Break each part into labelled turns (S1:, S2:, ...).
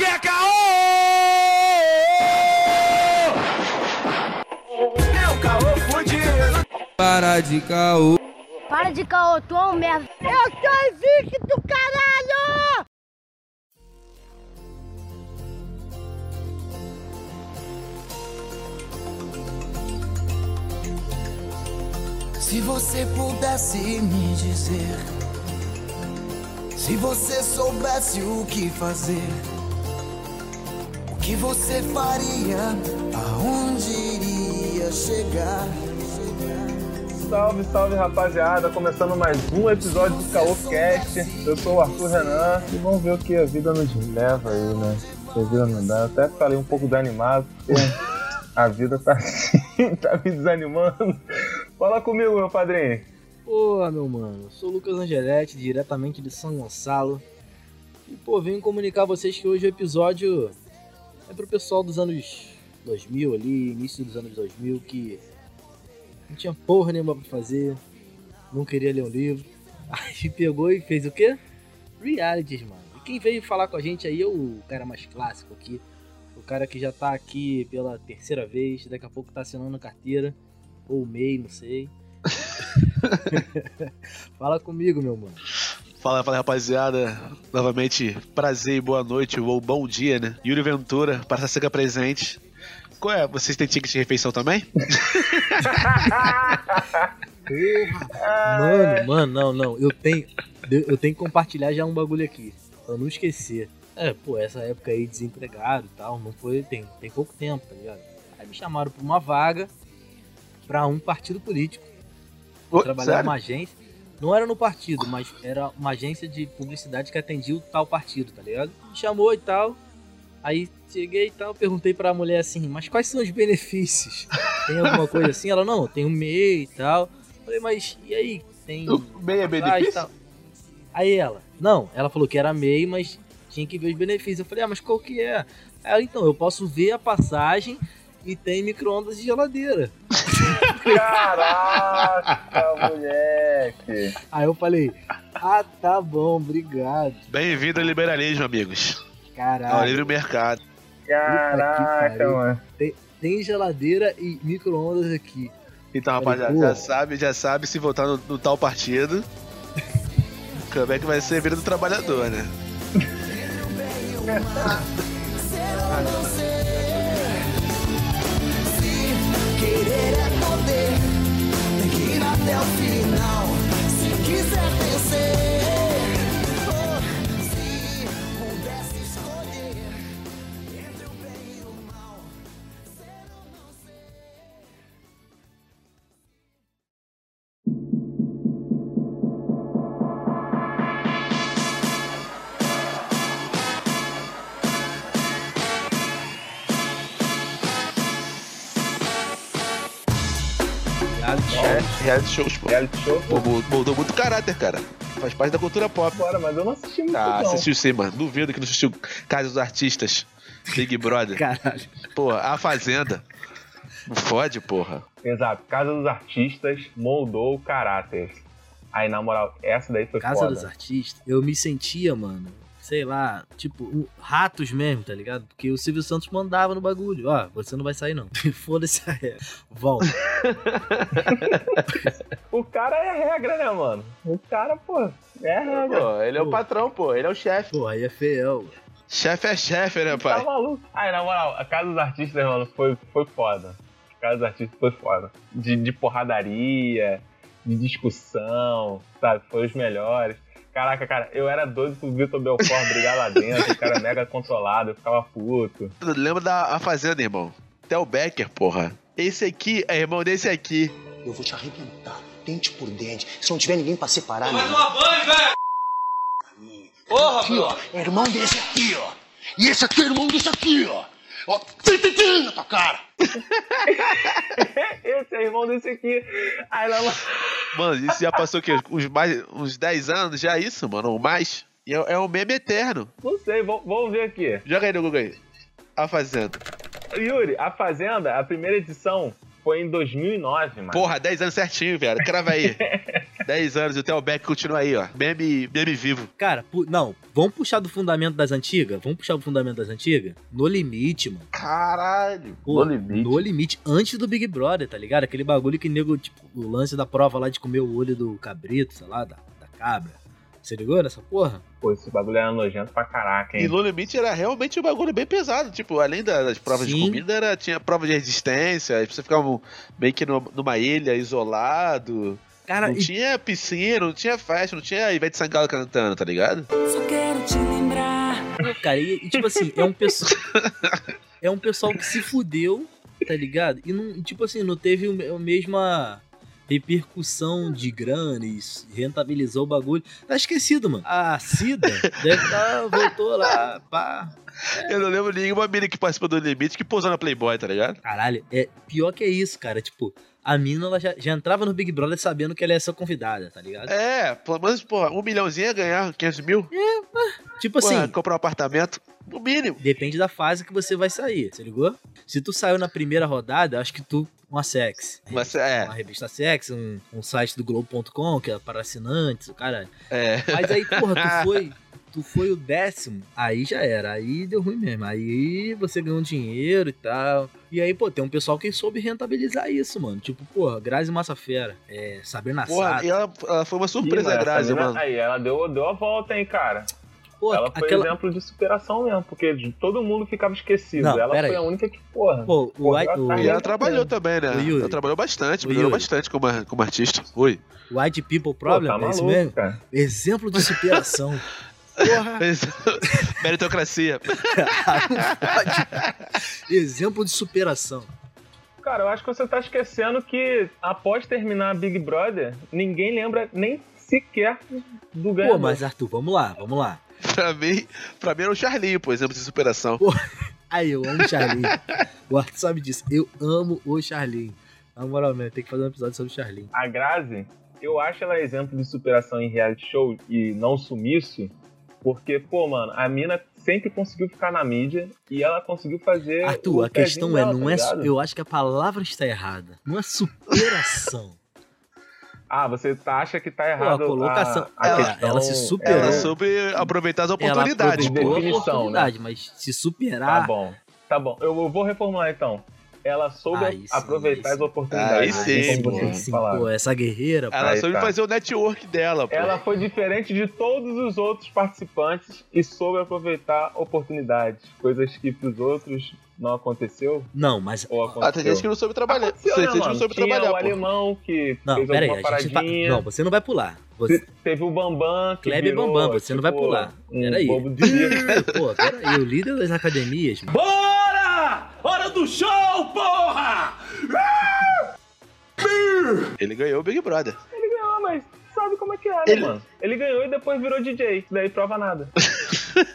S1: é
S2: Para de caô.
S3: Para de caô, tu é um merda. Eu sou invicto, caralho!
S4: Se você pudesse me dizer, se você soubesse o que fazer, o que você faria, aonde iria chegar?
S5: Salve, salve rapaziada, começando mais um episódio do CaôCast. Eu sou o Arthur Renan e vamos ver o que a vida nos leva aí, né? O que a vida nos dá. Eu até falei um pouco desanimado, porque a vida tá assim, tá me desanimando. Fala comigo, meu padrinho.
S6: Olá, meu mano. Sou o Lucas Angeletti, diretamente de São Gonçalo. E, pô, venho comunicar a vocês que hoje o episódio é pro pessoal dos anos 2000 ali, início dos anos 2000, que não tinha porra nenhuma pra fazer, não queria ler um livro. Aí pegou e fez o quê? Realities, mano. E quem veio falar com a gente aí é o cara mais clássico aqui, o cara que já tá aqui pela terceira vez, daqui a pouco tá assinando carteira, ou MEI, não sei. Fala comigo, meu mano.
S7: Fala, fala rapaziada. Novamente, prazer e boa noite, ou bom dia, né? Yuri Ventura, Praça Seca presente. Qual é? Vocês têm ticket de refeição também?
S6: Mano, mano, não, não. Eu tenho, eu tenho que compartilhar já um bagulho aqui. Pra não esquecer. É, pô, essa época aí desempregado e tal, não foi. Tem, tem pouco tempo, tá ligado? Aí me chamaram pra uma vaga pra um partido político. Eu
S7: Ô,
S6: trabalhava
S7: sério?
S6: numa agência. Não era no partido, mas era uma agência de publicidade que atendia o tal partido, tá ligado? Me chamou e tal. Aí cheguei e tal, perguntei pra mulher assim, mas quais são os benefícios? Tem alguma coisa assim? Ela, não, tem um MEI e tal. Falei, mas e aí? Tem.
S7: O MEI
S6: passagem
S7: é
S6: e
S7: benefício?
S6: tal?" Aí ela, não, ela falou que era MEI, mas tinha que ver os benefícios. Eu falei, ah, mas qual que é? Ela, então, eu posso ver a passagem e tem micro-ondas e geladeira.
S5: Caraca, moleque.
S6: Aí eu falei, ah, tá bom, obrigado.
S7: Bem-vindo ao liberalismo, amigos. Ao
S6: Caralho.
S7: É livre mercado.
S5: Caraca,
S6: pariu.
S5: mano.
S6: Tem geladeira e micro-ondas aqui.
S7: Então,
S6: Falei,
S7: rapaziada,
S6: pô.
S7: já sabe, já sabe se votar no, no tal partido. Como é que vai ser a vida do trabalhador, né?
S4: Se querer é poder, tem que ir até o final. Se quiser vencer, oh, se pudesse escolher entre o bem e o mal.
S7: É, reality shows, pô.
S5: Reality show.
S7: Pô, mo- Moldou muito caráter, cara. Faz parte da cultura pop.
S5: Bora, mas eu não assisti muito,
S7: Ah,
S5: não.
S7: assistiu sim, mano. Duvido que não assistiu Casa dos Artistas, Big Brother.
S6: Caralho.
S7: Porra, A Fazenda. Não fode, porra.
S5: Exato. Casa dos Artistas moldou o caráter. Aí, na moral, essa daí foi
S6: Casa
S5: foda.
S6: dos Artistas, eu me sentia, mano, sei lá, tipo, um- ratos mesmo, tá ligado? Porque o Silvio Santos mandava no bagulho. Ó, você não vai sair, não. Foda-se a regra. Volta.
S5: O cara é a regra, né, mano? O cara, pô, é a regra.
S7: ele
S6: é o
S7: patrão, pô. Ele é o chefe.
S6: Pô, aí é feio.
S7: Chefe é chefe, né,
S5: Tá
S7: pai?
S5: maluco. Aí, na moral, a Casa dos Artistas, mano, foi, foi foda. A Casa dos Artistas foi foda. De, de porradaria, de discussão, sabe? Foi os melhores. Caraca, cara, eu era doido pro Vitor Belfort brigar lá dentro. O cara mega controlado, eu ficava puto.
S7: Lembra da A Fazenda, irmão? Theo Becker, porra. Esse aqui é irmão desse aqui.
S1: Eu vou te arrebentar, dente por dente. Se não tiver ninguém pra separar, meu irmão. Porra, aqui, ó, é irmão desse aqui, ó. E esse aqui é irmão desse aqui, ó. Ó, tim, tim, tim, na tua cara.
S5: Esse é irmão desse aqui. Aí, na moral.
S7: Mano, isso já passou o quê? Uns, mais, uns 10 anos já isso, mano? Ou mais? E é, é um meme eterno.
S5: Não sei, vamos- vamos ver aqui.
S7: Joga aí no Google aí. A Fazenda.
S5: Yuri, a Fazenda, a primeira edição Foi em 2009, mano.
S7: Porra, 10 anos certinho, velho. Crava aí. 10 anos e o Theo Beck continua aí, ó. Meme, meme vivo.
S6: Cara, pu- não, vamos puxar do fundamento das antigas? Vamos puxar do fundamento das antigas? No limite, mano.
S7: Caralho.
S6: Pô,
S5: No limite.
S6: No limite, antes do Big Brother, tá ligado? Aquele bagulho que nego, tipo, o lance da prova lá de comer o olho do cabrito, sei lá, da, da cabra. Você ligou nessa porra?
S5: Pô, esse bagulho era nojento pra caraca,
S7: E
S5: hein?
S7: no limite era realmente um bagulho bem pesado. Tipo, além da- das provas de
S6: Sim.
S7: comida, era, tinha prova de resistência. Aí você ficava meio que numa- numa ilha, isolado.
S6: Cara,
S7: não
S6: e-
S7: tinha piscina, não tinha festa, não tinha Ivete Sangalo cantando, tá ligado?
S2: Só quero te lembrar.
S6: Pô, cara, e, e, tipo assim, é um pessoal. É um pessoal que se fudeu, tá ligado? E não, e, tipo assim, não teve o me- a mesma repercussão de granes, rentabilizou o bagulho. Tá esquecido, mano. A Cida deve tá, voltou lá, pá.
S7: Eu não lembro nenhuma mina que participou do Limite que pousou na Playboy, tá ligado?
S6: Caralho, é pior que é isso, cara. Tipo, a mina ela já, já entrava no Big Brother sabendo que ela ia ser convidada, tá ligado?
S7: É, pelo menos, porra, um milhãozinho ia ganhar 500 mil.
S6: tipo assim,
S7: Porra, comprar um apartamento, no mínimo.
S6: Depende da fase que você vai sair, você ligou? Se tu saiu na primeira rodada, acho que tu uma sex.
S7: Mas, é,
S6: Uma revista sex, um, um site do Globo.com, que é para assinantes, o caralho.
S7: é.
S6: Mas aí, porra, tu foi, tu foi o décimo, aí já era, aí deu ruim mesmo. Aí você ganhou um dinheiro e tal. E aí, pô, tem um pessoal que soube rentabilizar isso, mano. Tipo, porra, Grazi Massafera, é, Sabrina
S7: Porra,
S6: Sato.
S7: e ela, ela foi uma
S5: Ih,
S7: surpresa,
S5: mano, essa
S7: Grazi,
S5: mina-
S7: mano.
S5: Aí, ela deu, deu a volta, hein, cara.
S6: Pô,
S5: ela foi
S6: aquela...
S5: exemplo de superação mesmo, porque de- todo mundo ficava esquecido.
S6: Não,
S5: ela
S6: pera
S5: foi
S6: aí.
S5: a única que, porra.
S6: Pô, o,
S5: Porra,
S6: o,
S5: ela
S7: E
S5: tá
S7: ela trabalhou também, né?
S6: O Yuri.
S7: Ela trabalhou bastante,
S6: O
S7: melhorou
S6: Yuri.
S7: bastante como, ar- como artista. Oi.
S6: o White People
S5: pô,
S6: Problem,
S5: tá
S6: é isso
S5: maluco,
S6: mesmo?
S5: cara.
S6: Exemplo de superação.
S5: Ah.
S6: Porra.
S7: Meritocracia.
S6: Exemplo de superação.
S5: Tá Cara, eu acho que você tá esquecendo que após terminar Big Brother, ninguém lembra nem sequer do ganhador.
S6: Pô, mas Arthur, vamos lá, vamos lá.
S7: pra mim, pra mim era o Charlinho, por exemplo, de superação.
S6: Aí, eu amo o Charlinho. o Arthur sabe disso. Eu amo o Charlinho. Na moral, mesmo, tem que fazer um episódio sobre o Charlinho.
S5: A Grazi, eu acho ela exemplo de superação em reality show e não sumiço, porque, pô, mano, a mina sempre conseguiu ficar na mídia e ela conseguiu fazer. o
S6: Arthur, a
S5: pezinho
S6: questão é,
S5: dela,
S6: não
S5: tá
S6: é. su-
S5: ligado?
S6: Eu acho que a palavra está errada. Não é superação.
S5: Ah, você tá- acha que tá
S6: Pô, a
S5: errado.
S6: colocação.
S5: a
S6: ela,
S5: questão-
S6: ela se
S5: É.
S6: superou.
S7: Ela soube aproveitar as
S6: Ela
S7: oportunidades,
S6: aproveitou
S7: pô.
S6: a
S5: Definição, né?
S6: oportunidade, mas se
S5: Tá
S6: superar.
S5: bom, tá bom. Eu, eu vou reformular então. Ela soube
S6: Aí sim,
S5: aproveitar
S6: aí
S5: as
S6: sim.
S7: Aí
S5: oportunidades. né? como
S7: sim,
S6: pô,
S5: vocês
S6: aí sim,
S5: falaram.
S6: pô, essa guerreira, pô.
S7: Ela
S5: Aí
S7: soube
S5: tá.
S7: fazer o network dela, pô.
S5: Ela foi diferente de todos os outros participantes e soube aproveitar oportunidades, coisas que pros outros não aconteceu
S6: Não, mas.
S5: ou
S7: Ah, tem
S5: aconteceu.
S7: gente que não soube trabalhar.
S5: Aconteceu,
S7: tem
S5: né,
S7: gente que não
S5: mano?
S7: soube
S5: Tinha
S7: trabalhar,
S5: o
S7: pô.
S5: alemão que
S6: Não,
S5: fez
S6: pera aí,
S5: alguma
S6: a gente. fa-
S5: paradinha.
S6: Não, você não vai pular. Você,
S5: Teve o Bambam que
S6: Kleber
S5: virou,
S6: Bambam, você não vai
S5: tipo,
S6: pular.
S5: Um
S6: Peraí.
S5: bobo de lixo.
S6: Pô, peraí, o líder das academias, mano. Bora!
S7: Ele ganhou o Big Brother.
S5: Ah, mas sabe como é que é,
S7: Ele-
S5: né, mano? Ele ganhou e depois virou DJ. Isso daí prova nada.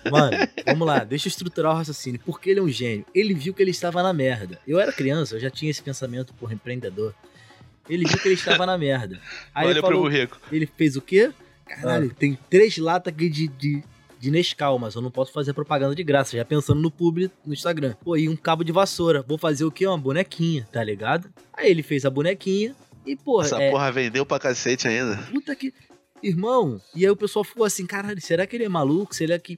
S6: Mano, vamos lá, deixa eu estruturar o raciocínio. Porque ele é um gênio. Ele viu que ele estava na merda. Eu era criança, eu já tinha esse pensamento por empreendedor. Ele viu que ele estava na merda. Aí ele,
S7: Olha pro
S6: falou,
S7: burrico.
S6: ele fez o quê? Caralho, tem três latas aqui de, de, de Nescau, mas eu não posso fazer propaganda de graça. Já pensando no publi no Instagram. Pô, e um cabo de vassoura. Vou fazer o quê? Uma bonequinha, tá ligado? Aí ele fez a bonequinha e, pô,
S7: Essa
S6: é,
S7: porra vendeu pra cacete ainda.
S6: puta que. Irmão, e aí o pessoal ficou assim, caralho, será que ele é maluco? Será que.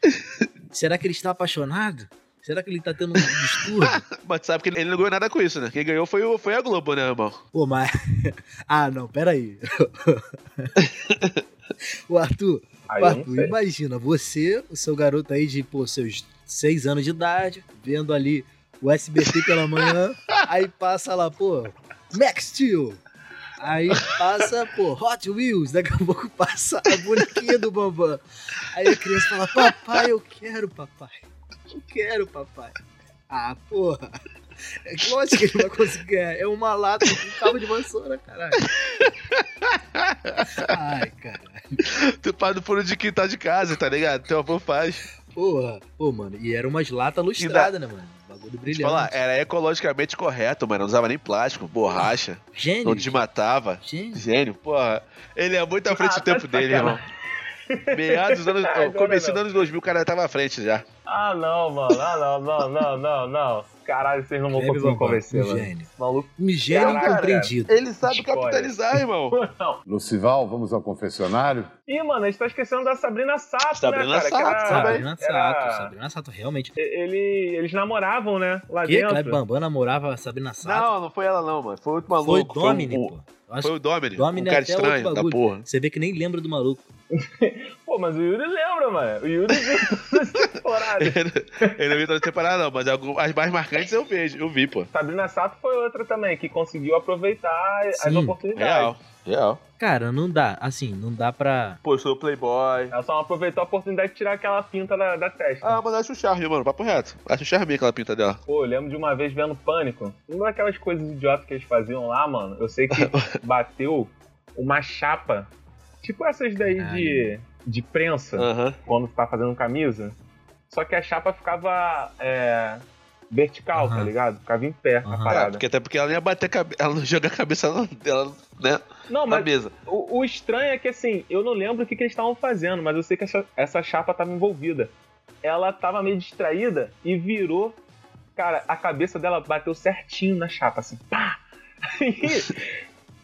S6: será que ele está apaixonado? Será que ele tá tendo um distúrbio?
S7: Mas sabe que ele não ganhou nada com isso, né? Quem ganhou foi, o- foi a Globo, né, irmão?
S6: Pô, mas. ah, não, peraí. o Arthur,
S5: Aí é um eu não
S6: o Arthur
S5: sei.
S6: imagina, você, o seu garoto aí de, pô, seus seis anos de idade, vendo ali o SBT pela manhã, aí passa lá, pô, Max Steel. Aí passa, pô, Hot Wheels, daqui a pouco passa a bonequinha do Bambam. Aí a criança fala, papai, eu quero, papai. Eu quero, papai. Ah, porra. É lógico que ele vai conseguir ganhar. É uma lata com um cabo de vassoura, caralho. Ai, cara.
S7: Tu paga no furo de quintal de casa, tá ligado? Teu avô faz.
S6: Porra. Pô, mano, e era umas latas lustradas, né, mano? Bagulho
S7: Te
S6: brilhante.
S7: falar, é, era ecologicamente correto, mano. Não usava nem plástico, borracha.
S6: Gênio.
S7: Não desmatava.
S6: Gênio.
S7: Gênio, porra. Ele é muito à frente
S5: Ah,
S7: do
S5: tá
S7: tempo
S5: de
S7: dele, irmão.
S5: sacanagem.
S7: Meados dos anos.
S5: Agora
S7: ó, Comecinho dos
S5: não.
S7: anos 2000, o cara tava à frente já.
S5: Ah, não, mano. Ah, não, não, não, não, não. Caralho, vocês não vão
S6: Leve
S5: conseguir
S6: Van Gogh,
S5: convencer,
S6: um
S5: mano.
S6: gênio.
S5: Maluco.
S6: Um gênio
S5: Caraca.
S6: incompreendido.
S7: Ele sabe
S5: Spoiler.
S7: capitalizar, irmão.
S5: Não.
S8: Lucival, vamos ao confessionário?
S5: Ih, mano, a gente tá esquecendo da Sabrina Sato,
S7: Sabrina
S5: né, cara?
S7: Sato,
S5: que era,
S6: Sabrina
S5: era-
S6: Sato, Sabrina Sato, realmente. é
S5: Ele, eles namoravam, né? Lá
S6: Que
S5: dentro.
S6: Kleber Bambam namorava a Sabrina Sato?
S7: Não, não foi ela não, mano. Foi outro maluco.
S6: foi o
S7: um-
S6: Domini,
S7: um-
S6: pô. Eu acho
S7: Foi o Domini.
S6: Domini
S7: um
S6: é
S7: cara
S6: até outro
S7: estranho da
S6: bagulho.
S7: porra.
S6: Você vê que nem lembra do maluco.
S5: Pô, mas o Yuri lembra, mano. O Yuri viu essa temporada.
S7: Eu não vi toda a temporada, não, mas algum- as mais marcantes eu vejo, eu vi, pô.
S5: Sabrina Sato foi outra também, que conseguiu aproveitar as
S6: Sim,
S5: oportunidades.
S7: Real, real.
S6: Cara, não dá. Assim, não dá pra.
S7: Postou o Playboy.
S5: Ela só não aproveitou a oportunidade de tirar aquela pinta da, da testa.
S7: Ah, mas acho um charme, mano. Papo reto. Acho um charme aquela pinta dela.
S5: Pô, eu lembro de uma vez vendo Pânico. Uma daquelas coisas idiotas que eles faziam lá, mano. Eu sei que bateu uma chapa. Tipo essas daí de, de prensa,
S7: Aham.
S5: quando tá fazendo camisa. Só que a chapa ficava é, vertical, tá
S6: Aham.
S5: ligado? Ficava em pé na
S6: Aham.
S7: É,
S5: parada.
S7: porque até porque ela não ia bater a cabeça. Ela não ia jogar a cabeça na- dela, né?
S5: Não,
S7: Na
S5: mas
S7: mesa.
S5: o, o estranho é que assim, eu não lembro o que, que eles estavam fazendo, mas eu sei que essa, essa chapa tava envolvida. Ela tava meio distraída e virou. Cara, a cabeça dela bateu certinho na chapa, assim, pá! Aí,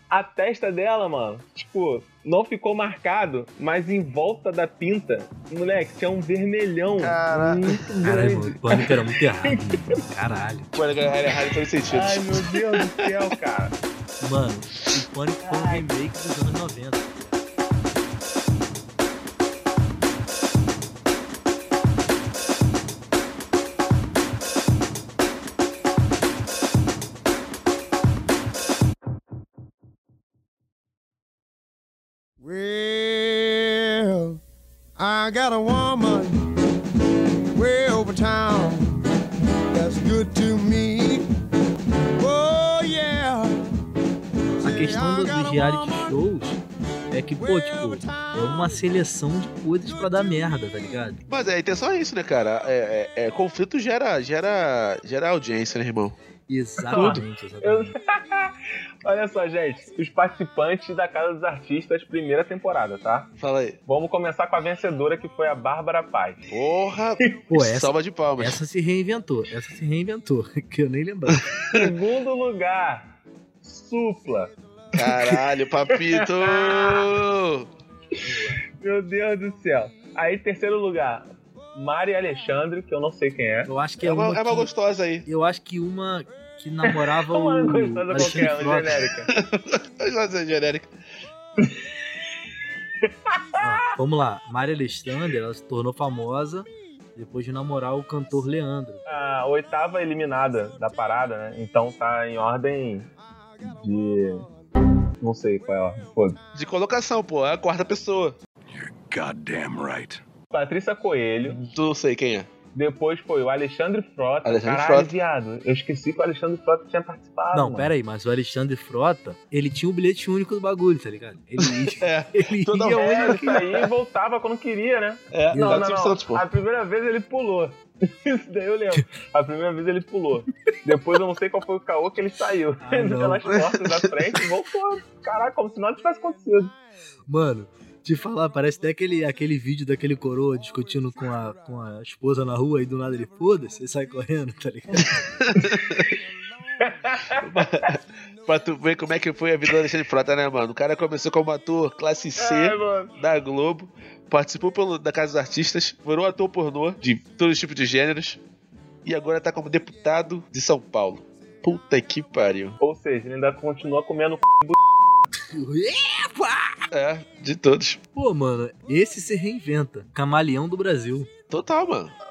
S5: a testa dela, mano, tipo, não ficou marcado, mas em volta da pinta, moleque, tinha um vermelhão
S7: Cara-
S5: muito
S6: Caralho,
S5: grande.
S6: mano, o pânico era muito errado. mano. Caralho.
S7: Pô, ela era errada em todos os sentidos.
S5: Ai, meu Deus do céu, cara.
S6: Mano, o pânico foi um remake dos anos 90.
S4: Well, I got a woman way over town that's good to me. Oh, yeah.
S6: A questão do- dos reality shows é que, pô, tipo, é uma seleção de coisas pra dar merda, tá ligado?
S7: Mas é, a intenção é isso, né, cara? É, é- é, conflito gera, gera, gera audiência, né, irmão?
S6: Exatamente,
S5: Eu-
S6: exatamente.
S5: Olha só, gente, os participantes da Casa dos Artistas, primeira temporada, tá?
S7: Fala aí.
S5: Vamos começar com a vencedora, que foi a Bárbara Paz.
S7: Porra,
S6: Pô, essa,
S7: salva de palmas.
S6: essa se reinventou, essa se reinventou, que eu nem lembrava.
S5: Segundo lugar, Supla.
S7: Caralho, papito!
S5: Meu Deus do céu. Aí, terceiro lugar, Mari Alexandre, que eu não sei quem é.
S6: Eu acho que
S7: É
S6: é
S7: uma,
S6: uma.
S7: é uma
S6: que-
S7: gostosa aí.
S6: Eu acho que uma que namorava
S7: Uh,
S6: o.
S5: Uma gostosa qualquer, uma
S6: Alexandre Frota.
S5: genérica.
S7: Eu já sei, genérica.
S6: Ó, vamos lá, Maria Alexandre, ela se tornou famosa depois de namorar o cantor Leandro.
S5: A oitava eliminada da parada, né? Então tá em ordem de. Não sei qual é a ordem. Foda-se.
S7: De colocação, pô. É a quarta pessoa.
S8: Goddamn right.
S5: Patrícia Coelho.
S7: Não sei quem é.
S5: Depois foi o Alexandre Frota.
S7: Alexandre
S5: Caralho,
S7: Frota.
S5: viado. Eu esqueci que o Alexandre Frota tinha participado.
S6: Não,
S5: Ah, mano.
S6: pera aí, mas o Alexandre Frota, ele tinha o bilhete único do bagulho, tá ligado? Ele,
S7: É.
S6: ele
S7: Toda
S6: ia
S5: É,
S6: onde
S5: ele saía e voltava quando queria, né?
S7: É,
S6: Não,
S5: Não,
S7: tá do
S5: não,
S7: Silvio Santos, pô.
S5: não. A primeira vez ele pulou. Isso daí eu lembro. A primeira vez ele pulou. Depois eu não sei qual foi o caô que ele saiu.
S6: Ah, não.
S5: Pelas portas da frente e voltou. Caraca, como se nada tivesse acontecido.
S6: Mano, te falar, parece até aquele, aquele vídeo daquele coroa discutindo com a, com a esposa na rua e do nada ele foda-se e sai correndo, tá ligado?
S7: pra tu ver como é que foi a vida do Alexandre Frota, né, mano? O cara começou como ator classe C
S5: É, mano.
S7: da Globo, participou pelo- da Casa dos Artistas, virou ator pornô de todos os tipos de gêneros e agora tá como deputado de São Paulo. Puta que pariu.
S5: Ou seja, ele ainda continua comendo c...
S7: É, de todos.
S6: Pô, mano, esse se reinventa. Camaleão do Brasil.
S7: Total, mano.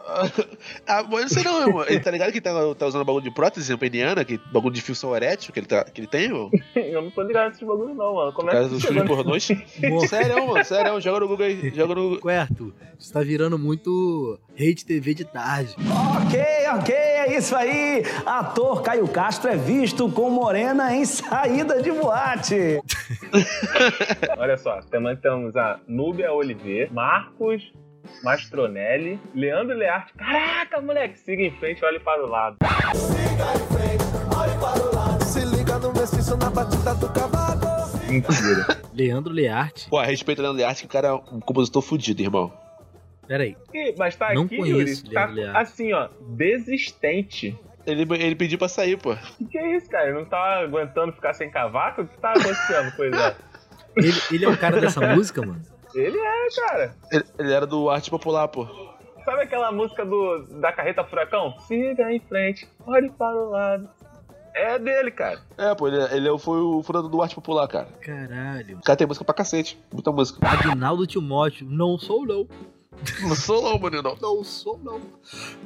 S7: Ah, mas não sei não, irmão. Ele tá ligado que tá, tá usando bagulho de prótese peniana, que bagulho de fio erétil que ele, tá, que ele tem, irmão?
S5: Eu não tô ligado nesses bagulho, não, mano.
S7: Por
S5: Como é
S7: causa
S5: que
S7: dos
S5: chegou
S7: filmes pornôs.
S6: Bom,
S7: Sério, mano, sério, joga no Google aí, joga no Google.
S6: Querto, isso tá virando muito Rede TV de tarde.
S9: Ok, ok, é isso aí. Ator Caio Castro é visto com morena em saída de boate.
S5: Olha só, também temos a Núbia Oliveira, Marcos Mastronelli, Leandro Learte. Caraca, moleque, siga em frente, olhe para o lado.
S4: Se liga no meu na batida do cavalo.
S5: Mentira.
S6: Leandro Learte.
S7: Pô, a respeito do Leandro Learte, que o cara é um compositor fudido, irmão.
S6: Pera aí.
S5: Ih, Mas tá
S6: Não
S5: aqui,
S6: conheço,
S5: Yuri. Tá
S6: Leandro Learte.
S5: assim, ó, desistente.
S7: Ele, ele pediu pra sair, pô.
S5: Que que é isso, cara? Não tá aguentando ficar sem cavaco? O que tá acontecendo, coisa?
S6: Ele, ele é o cara dessa música, mano?
S5: Ele é, cara.
S7: Ele, ele era do arte popular, pô.
S5: Sabe aquela música do, da carreta furacão? Siga em frente, olhe para o lado. É dele, cara.
S7: É, pô, ele, ele foi o fundador do arte popular, cara.
S6: Caralho.
S7: O cara tem música pra cacete. Muita música.
S6: Aguinaldo Timóteo. Não sou não.
S7: Não sou não, mano, não.
S6: Não sou não.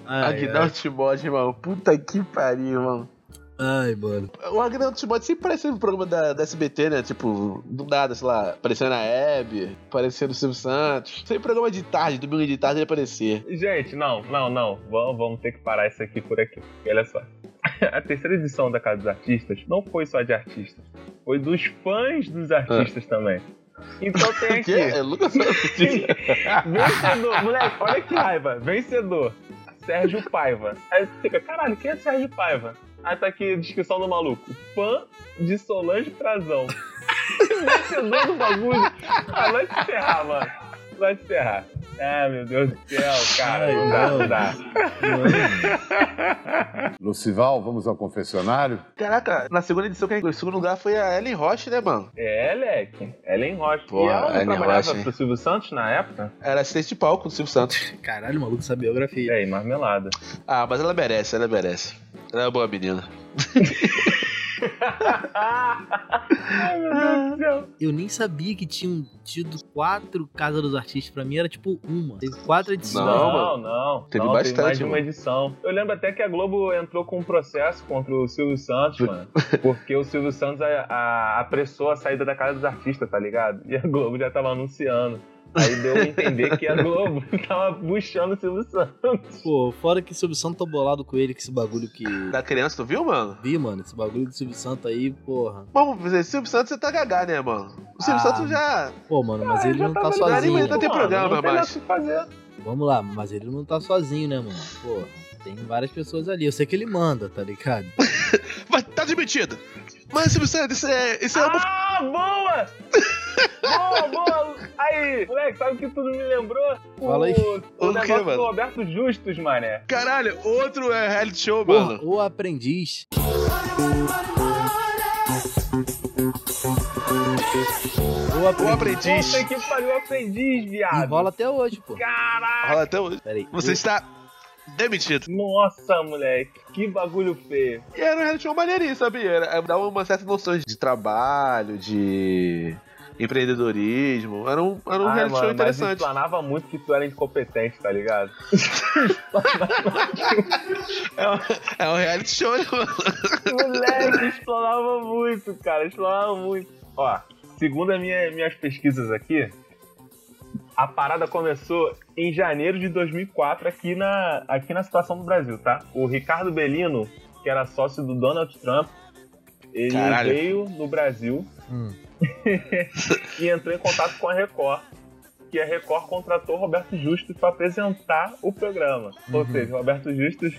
S6: Ai,
S7: Agnaldo Timóteo, irmão. Puta que pariu, irmão.
S6: ai, ai, mano.
S7: O Agnaldo Timóteo sempre parecia no programa da, da SBT, né? Tipo, do nada, sei lá, aparecendo na Hebe, aparecendo no Silvio Santos. Sempre programa de tarde, domingo de tarde ele aparecia.
S5: Gente, não, não, não. Vamos, vamos ter que parar isso aqui por aqui. Porque olha só. A terceira edição da Casa dos Artistas não foi só de artistas. Foi dos fãs dos artistas também. Então tem
S7: O quê? É
S5: aqui.
S7: Lucas Santos.
S5: vencedor, moleque, olha que raiva. Vencedor. Sérgio Paiva. Aí você fica, caralho, quem é Sérgio Paiva? Aí tá aqui a descrição do maluco. Fã de Solange Trazão. Vencedor do bagulho. Ah, vai se ferrar, mano. Vai se ferrar. Ah, meu Deus do céu, cara. Não dá, não dá.
S8: Lucival, vamos ao confessionário?
S7: Caraca, na segunda edição, quem ganhou o segundo lugar foi a Ellen Roche, né, mano?
S5: É, Leque. Ellen Rocha.
S7: Pô,
S5: e ela não
S7: Ellen
S5: trabalhava
S7: Rocha, hein?
S5: pro Silvio Santos na época?
S7: Era assistente de palco do Silvio Santos.
S6: Caralho, o maluco sabe
S5: E
S6: biografia.
S5: aí, marmelada.
S7: Ah, mas ela merece, ela merece. Ela é uma boa menina.
S5: Ai, meu Deus do céu.
S6: Eu nem sabia que tinham tido quatro Casa dos Artistas. Pra mim era tipo uma. Teve quatro edições.
S7: Não,
S5: não, não.
S7: Teve
S5: não,
S7: bastante,
S5: mais de uma
S7: mano.
S5: edição. Eu lembro até que a Globo entrou com um processo contra o Silvio Santos, mano. Porque o Silvio Santos a- a- apressou a saída da casa dos artistas, tá ligado? E a Globo já tava anunciando. Aí deu a entender que a Globo tava puxando o Silvio Santos.
S6: Pô, fora que o Silvio Santo tá bolado com ele, que esse bagulho que.
S7: Da criança, tu viu, mano?
S6: Vi, mano, esse bagulho do Silvio Santo aí, porra.
S7: Vamos dizer, Silvio Santos você tá gagá, né, mano? O Silvio
S6: Ah.
S7: Santos já.
S6: Pô, mano, mas
S5: Ah,
S6: ele
S5: já
S6: não tá
S5: tava ligado,
S6: sozinho.
S7: mas ele tá tem
S5: mano,
S7: programa,
S5: não tem nada
S7: mas-
S5: o que fazer.
S6: Vamos lá, mas ele não tá sozinho, né, mano? Pô, tem várias pessoas ali. Eu sei que ele manda, tá ligado?
S7: Mas tá demitido! Mano, Silvio Santos, isso é. Isso é uma...
S5: Ah, boa! boa, boa! Aí, moleque, sabe o que tudo me lembrou? O-
S6: Fala aí.
S5: O,
S7: O quê,
S5: negócio
S7: mano?
S5: do Roberto Justus, mané.
S7: Caralho, outro é reality show,
S6: Porra,
S7: mano.
S6: o aprendiz. O
S7: O
S6: aprendiz
S7: aprendiz.
S5: Puta que pariu, aprendiz, viado.
S6: enrola até hoje, pô.
S5: Caraca!
S7: Rola até hoje.
S6: Pera aí.
S7: Você está demitido.
S5: Nossa, moleque, que bagulho feio.
S7: E era um reality show maneirinho, sabia? Era, era- dava uma certa noção de trabalho, de empreendedorismo. Era um, era um
S5: Ai,
S7: reality show
S5: mano, mas
S7: interessante.
S5: explanava muito que tu era incompetente, tá ligado?
S7: É um, é um reality show, né, mano?
S5: Moleque, explanava muito, cara. Explanava muito. Ó, segundo as minha, minhas pesquisas aqui, a parada começou em janeiro de 2004 aqui na, aqui na situação do Brasil, tá? O Ricardo Bellino, que era sócio do Donald Trump, ele
S7: Caralho.
S5: veio no Brasil
S6: Hum.
S5: e entrou em contato com a Record. Que a Record contratou Roberto Justus para apresentar o programa. Ou seja, Roberto Justus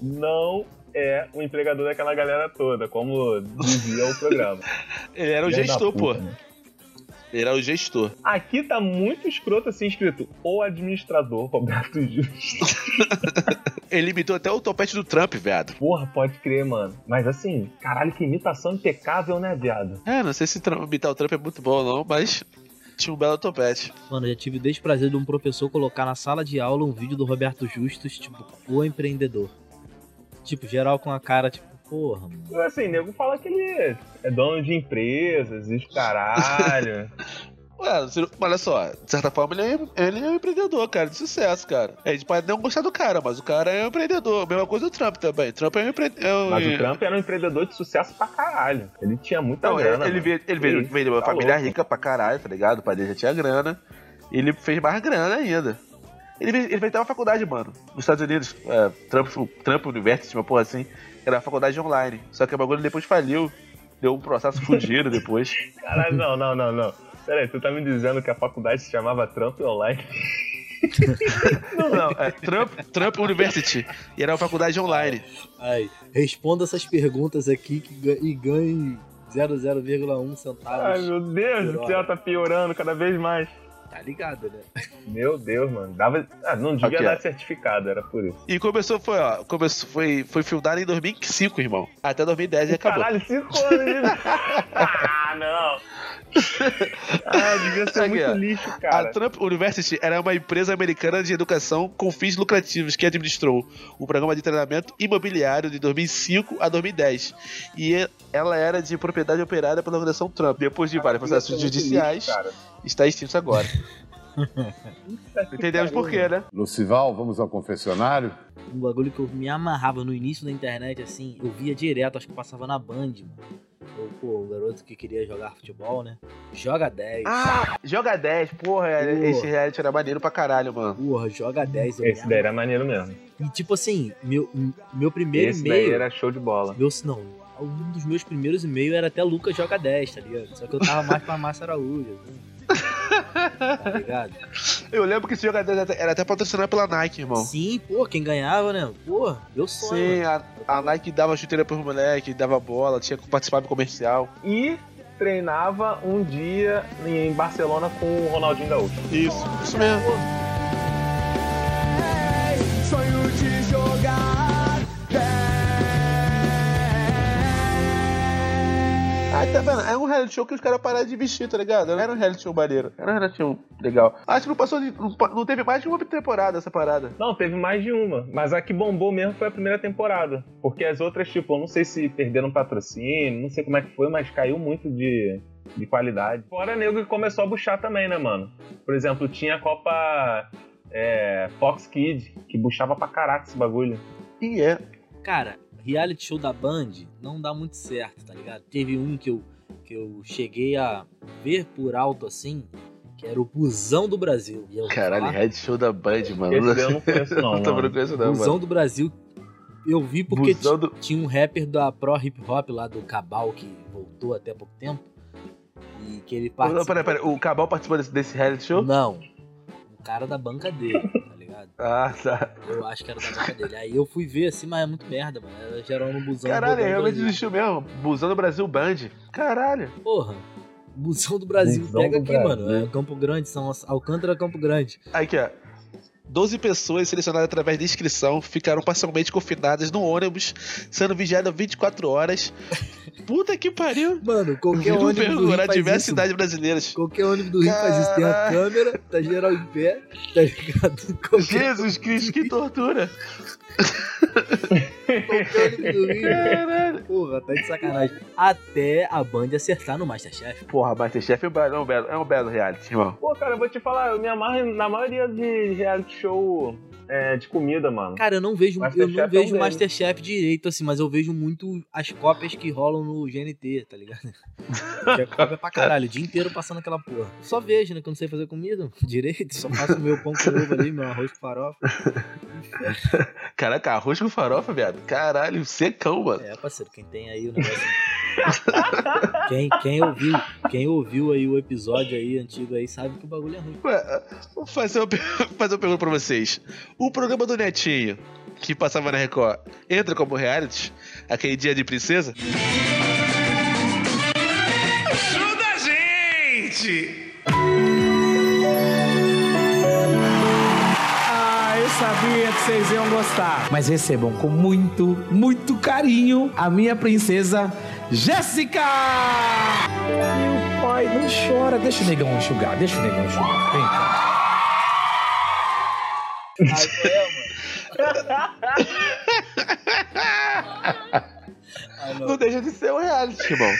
S5: não é o empregador daquela galera toda, como dizia o programa.
S7: Ele era É o
S5: Filha da
S7: gestor,
S5: puta,
S7: pô.
S5: né?
S7: Ele era o gestor.
S5: Aqui tá muito escroto assim escrito: o administrador Roberto Justus.
S7: Ele imitou até o topete do Trump, viado.
S5: Porra, pode crer, mano. Mas assim, caralho, que imitação impecável, né, viado?
S7: É, não sei se Trump- imitar o Trump é muito bom ou não, mas tinha um belo topete.
S6: Mano, eu já tive o desprazer de um professor colocar na sala de aula um vídeo do Roberto Justus, tipo, o empreendedor. Tipo, geral com a cara, tipo, porra, mano.
S5: Mas, Assim, nego fala que ele é dono de empresas, e os caralho.
S7: Ué, você não- olha só, de certa forma ele é, ele é um empreendedor, cara, de sucesso, cara. A gente pode não gostar do cara, mas o cara é um empreendedor. Mesma coisa do Trump também. Trump é um empreendedor.
S5: Mas o Trump era um empreendedor de sucesso pra caralho. Ele tinha muita
S7: Não, é,
S5: grana.
S7: ele, ele
S5: mano.
S7: veio, ele veio,
S5: Ih,
S7: veio de uma
S5: tá
S7: família
S5: louco.
S7: rica pra caralho, tá ligado? O pai dele já tinha grana. E ele fez mais grana ainda. Ele veio, ele veio até uma faculdade, mano, nos Estados Unidos. É, Trump, Trump University, uma porra assim. Era uma faculdade online. Só que o bagulho depois faliu. Deu um processo fudido depois.
S5: Caralho, não, não, não, não. Peraí, tu tá me dizendo que a faculdade se chamava Trump Online?
S7: Não, não, é Trump, Trump University. E era uma faculdade online.
S6: Ai, responda essas perguntas aqui que ga- e ganhe 00,1 centavos.
S5: Ai, meu Deus
S6: Pior.
S5: do céu, tá piorando cada vez mais.
S6: Tá ligado, né?
S5: Meu Deus, mano. Dava... Ah, não devia
S7: Aqui, ó.
S5: dar certificado, era por isso.
S7: E começou, foi, ó, começou, foi, foi filmado em 2005, irmão. Até 2010 e acabou.
S5: Caralho, 5 anos de... ah, não. Ah, devia ser
S7: Aqui,
S5: muito
S7: ó.
S5: lixo,
S7: A
S5: cara.
S7: Trump University era uma empresa americana de educação com fins lucrativos que administrou o programa de treinamento imobiliário de 2005 a 2010. E e- ela era de propriedade operada pela organização Trump. Depois de vários
S5: Devia ser muito
S7: processos judiciais,
S5: lixo, cara.
S7: está extinto agora. Entendemos por quê, né?
S8: Lucival, vamos ao confessionário?
S6: Um bagulho que eu me amarrava no início da internet, assim, eu via direto, acho que passava na Band, mano. Eu, pô, o garoto que queria jogar futebol, né? Joga 10.
S7: Ah, joga 10, porra,
S6: Boa.
S7: esse reality era maneiro pra caralho, mano.
S6: Porra, joga 10. eu me
S5: Esse daí era maneiro mesmo.
S6: E tipo assim, meu, meu primeiro
S5: Esse daí
S6: e-mail.
S5: era show de bola.
S6: Meu, não, um dos meus primeiros e-mails era até Lucas Joga 10, tá ligado? Só que eu tava mais pra Márcio Araújo. assim. Tá ligado?
S7: Eu lembro que esse joga 10 era até patrocinado pela Nike, irmão.
S6: Sim, pô, quem ganhava, né? Pô, deu sonho.
S7: Sim, a, a Nike dava chuteira pros moleques, dava bola, tinha que participar do comercial.
S5: E treinava um dia em Barcelona com o Ronaldinho Gaúcho.
S7: Isso, isso mesmo.
S4: Sonho de jogar
S7: Ah, tá vendo? É um reality show que os caras pararam de vestir, tá ligado? Era um reality show maneiro. Era um reality show legal. Acho que não passou de, não, pa- não teve mais de uma temporada essa parada.
S5: Não, teve mais de uma. Mas a que bombou mesmo foi a primeira temporada. Porque as outras, tipo, eu não sei se perderam patrocínio, não sei como é que foi, mas caiu muito de, de qualidade. Fora nego que começou a buchar também, né, mano? Por exemplo, tinha a Copa é, Fox Kid, que buchava pra caraca esse bagulho.
S7: E é.
S6: Cara, reality show da Band não dá muito certo, tá ligado? Teve um que eu, que eu cheguei a ver por alto assim, que era o Busão do Brasil. E eu
S7: Caralho,
S6: falar,
S7: reality show da Band, mano.
S5: Esse daí eu não conheço, não.
S7: Não é tô
S5: mano.
S7: brincando com isso, não, mano.
S6: Busão do Brasil, eu vi porque
S7: Busão do-
S6: ti- tinha um rapper da Pro Hip Hop lá do Cabal que voltou até há pouco tempo. E que ele
S7: Não,
S6: participou.
S7: peraí, peraí. O Cabal participou desse, desse reality show?
S6: Não, o cara da banca dele, tá ligado?
S7: Ah, tá.
S6: Eu acho que era da banca dele. Aí eu fui ver assim, mas é muito merda, mano. Era geral no busão.
S7: Caralho, é
S6: rodando
S7: realmente
S6: ali.
S7: existiu mesmo. Busão do Brasil Band. Caralho.
S6: Porra. Busão do Brasil,
S5: Busão
S6: pega
S5: do
S6: aqui,
S5: Brasil.
S6: mano. É Campo Grande, São Alcântara, Campo Grande.
S7: Aqui, ó. 12 pessoas selecionadas através de inscrição ficaram parcialmente confinadas no ônibus, sendo vigiadas 24 horas. Puta que pariu!
S6: Mano, qualquer
S7: Viram
S6: ônibus do Rio
S7: vergonhar
S6: faz
S7: diversas
S6: isso,
S7: cidades brasileiras.
S6: mano. Qualquer ônibus do Rio faz isso. Tem a
S7: Caralho.
S6: câmera, tá geral em pé, tá ligado? Qualquer
S7: Jesus Cristo, que tortura!
S6: Qualquer ônibus do Rio. Porra, tá de sacanagem. Até a Band acertar no Masterchef.
S7: Porra, Masterchef é um belo, é um belo, é um belo reality, irmão.
S5: Pô, cara, eu vou te falar, eu me amarro na maioria de reality show é, de comida, mano.
S6: Cara, eu não vejo, eu
S5: Masterchef é
S6: não
S5: um
S6: vejo
S5: deles.
S6: Masterchef direito, assim, mas eu vejo muito as cópias que rolam no GNT, tá ligado? Que é cópia pra caralho, o dia inteiro passando aquela porra. Só vejo, né? Que eu não sei fazer comida direito, só faço o meu pão com ovo ali, meu arroz com farofa.
S7: Caraca, arroz com farofa, viado. Caralho, secão, mano.
S6: É, parceiro, quem tem aí o negócio. Quem, quem, ouviu, quem ouviu aí o episódio aí antigo aí sabe que o bagulho é ruim.
S7: Ué, vou fazer uma, per- fazer uma pergunta pra vocês. O programa do Netinho, que passava na Record, entra como reality? Aquele dia de princesa?
S9: Ah, eu sabia que vocês iam gostar. Mas recebam com muito, muito carinho a minha princesa Jéssica! Meu pai, não chora. Deixa o negão enxugar, deixa o negão enxugar. Vem cá.
S6: Ah, qual é, mano? Ah, não.
S7: Não deixa de ser um reality, irmão.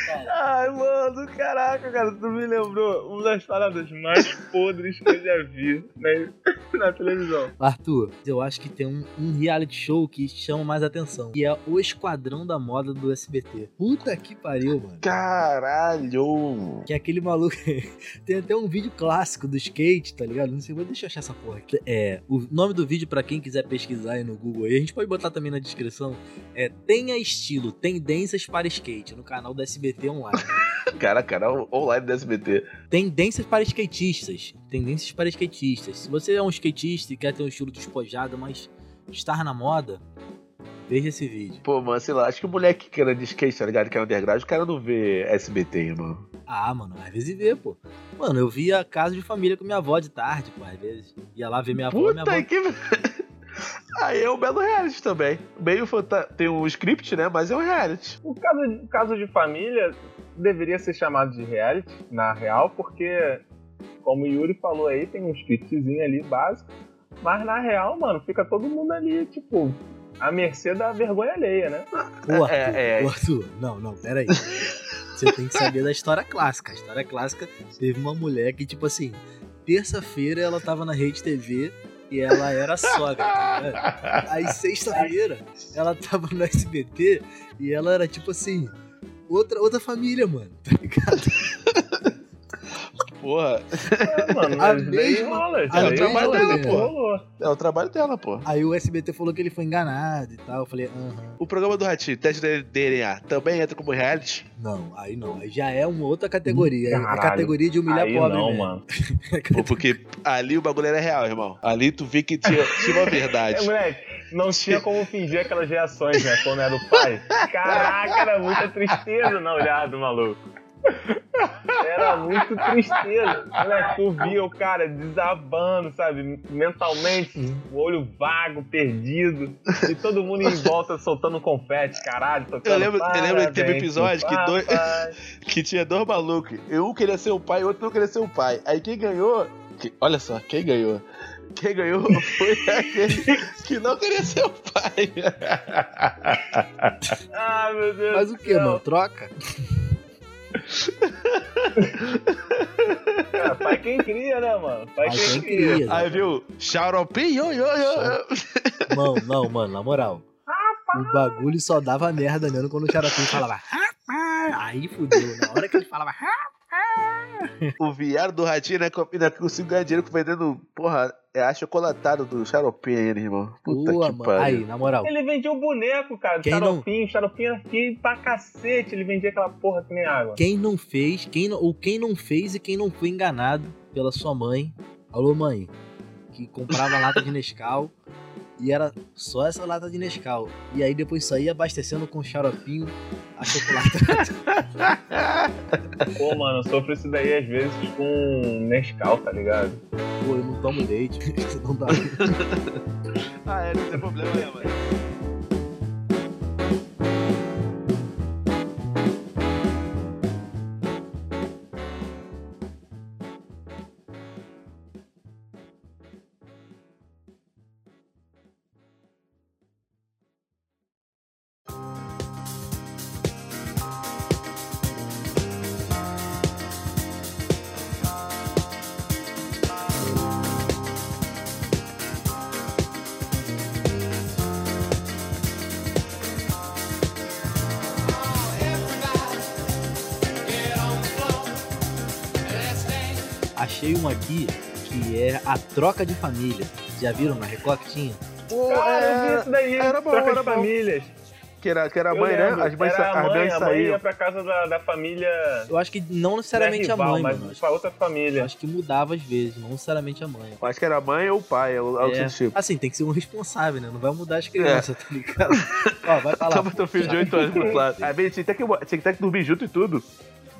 S5: Ai, mano, caraca, cara, tu me lembrou uma das paradas mais podres que eu já vi né, na televisão.
S6: Arthur, eu acho que tem um, um reality show que chama mais atenção. Que é o Esquadrão da Moda do SBT. Puta que pariu, mano.
S7: Caralho!
S6: Que é aquele maluco. tem até um vídeo clássico do skate, tá ligado? Não sei, mas deixa eu achar essa porra aqui. É, o nome do vídeo, pra quem quiser pesquisar aí no Google, e a gente pode botar também na descrição, é Tenha Estilo, Tendências para Skate, no canal do SBT Online.
S7: Cara, cara, online do SBT.
S6: Tendências para skatistas. Tendências para skatistas. Se você é um skatista e quer ter um estilo despojado, mas estar na moda, Veja esse vídeo.
S7: Pô, mano, sei lá, acho que o moleque que era de skate, tá ligado? Que era underground, o cara não vê SBT, irmão.
S6: Ah, mano, às vezes vê, pô. Mano, eu via casa de família com minha avó de tarde, pô, às vezes. Ia lá ver minha avó, Tá minha
S7: Puta
S6: avó.
S7: que. Aí é o belo reality também. Meio fanta... tem um script, né? Mas é um reality.
S5: O caso, de- caso de família deveria ser chamado de reality, na real, porque, como o Yuri falou aí, tem um scriptzinho ali básico, mas na real, mano, fica todo mundo ali, tipo, à mercê da vergonha alheia, né?
S6: Ô, Arthur,
S7: É, é.
S6: ô, Arthur, não, não, peraí. Você tem que saber da história clássica. A história clássica teve uma mulher que, tipo assim, terça-feira ela tava na rede TV e ela era sogra. tá ligado? Aí sexta-feira ela tava no SBT e ela era tipo assim. Outra, outra família, mano. Tá ligado?
S7: Porra,
S5: É, mano,
S6: A
S5: mas daí
S6: mesma-
S5: rola, isso
S6: a
S5: daí
S7: mesma
S5: rola,
S7: dela,
S5: isso
S7: pô.
S5: rolou.
S7: é o trabalho dela, pô.
S6: Aí o SBT falou que ele foi enganado e tal. Eu falei, aham.
S7: O programa do Ratinho, teste de DNA, também entra como reality?
S6: Não, aí não. Aí já é uma outra categoria. Aí É a
S5: Caralho.
S6: categoria de humilhar
S5: Aí
S6: pobre. né?
S5: não,
S6: mesmo.
S5: mano.
S7: Pô, porque ali o bagulho era real, irmão. Ali tu vê que tinha, tinha uma
S5: É,
S7: verdade.
S5: moleque, não tinha como fingir aquelas reações, né, quando era o pai. Caraca, era muita tristeza na olhada do maluco. Era muito tristeza. Moleque, tu via o cara desabando, sabe? Mentalmente, o olho vago, perdido. E todo mundo em volta soltando um confete, caralho. Tocando,
S7: Eu lembro- eu lembro que teve um
S5: "Parabéns
S7: episódio
S5: pro
S7: que dois-
S5: papai".
S7: que tinha dois malucos. e Um queria ser o pai e o outro não queria ser o pai. Aí quem ganhou. que- olha só, quem ganhou? Quem ganhou foi aquele que não queria ser o pai.
S5: Ah, meu Deus.
S6: Mas o
S5: do
S6: que,
S5: céu.
S6: mano? Troca?
S5: Cara, pai quem cria, né, mano? Pai,
S6: Aí
S5: quem
S6: quem
S5: cria.
S6: queria. né?
S7: Aí viu, xaropim, yo, yo, yo.
S6: Mano, não, mano, na moral. O bagulho só dava merda mesmo quando o Xarapim falava rapaz. Aí fudeu. Na hora que ele falava rapaz.
S7: O viado do ratinho, né? que Ainda consigo ganhar dinheiro vendendo, porra, é a chocolatada do xaropim aí, né, irmão? Puta
S6: Boa,
S7: que
S6: mano.
S7: pariu.
S6: Aí, na moral.
S5: Ele vendia o boneco, cara, do
S6: Quem não-
S5: xaropinho. O xaropinho era feio pra cacete. Ele vendia aquela porra que nem água.
S6: Quem não fez, quem não, ou quem não fez e quem não foi enganado pela sua mãe. Alô, mãe. Que comprava lata de Nescau. E era só essa lata de Nescau. E aí depois saía abastecendo com xaropinho a chocolate.
S5: Pô, mano, eu sofro isso daí às vezes com Nescau, tá ligado?
S6: Pô, eu não tomo leite. Isso não dá.
S7: Ah, é, não tem problema, né, mano?
S6: Achei uma aqui que é a troca de família. Já viram na Record que tinha?
S7: Pô,
S5: Cara, eu vi
S7: é,
S5: isso daí.
S7: era bom,
S5: troca
S7: era
S5: de
S7: bom.
S5: famílias.
S7: que era, que era a
S5: Eu
S7: mãe,
S5: lembro,
S7: né? As mães,
S5: era
S7: sa-
S5: a
S7: as
S5: mãe,
S7: mães
S5: a mãe ia
S7: saíam.
S5: pra casa da, da família.
S6: Eu acho que não
S5: Não é
S6: necessariamente
S5: rival,
S6: a mãe,
S5: mas
S6: mano. Acho,
S5: pra outra família.
S6: acho que mudava às vezes, não necessariamente a mãe.
S7: Acho que era a mãe ou o pai, algo
S6: É,
S7: desse tipo.
S6: Assim, tem que ser um responsável, né? Não vai mudar as crianças, tá ligado? Ó, vai falar.
S7: É. Tava teu filho de 8 anos pro lado. Aí tinha até que, tinha até que dormir junto e tudo.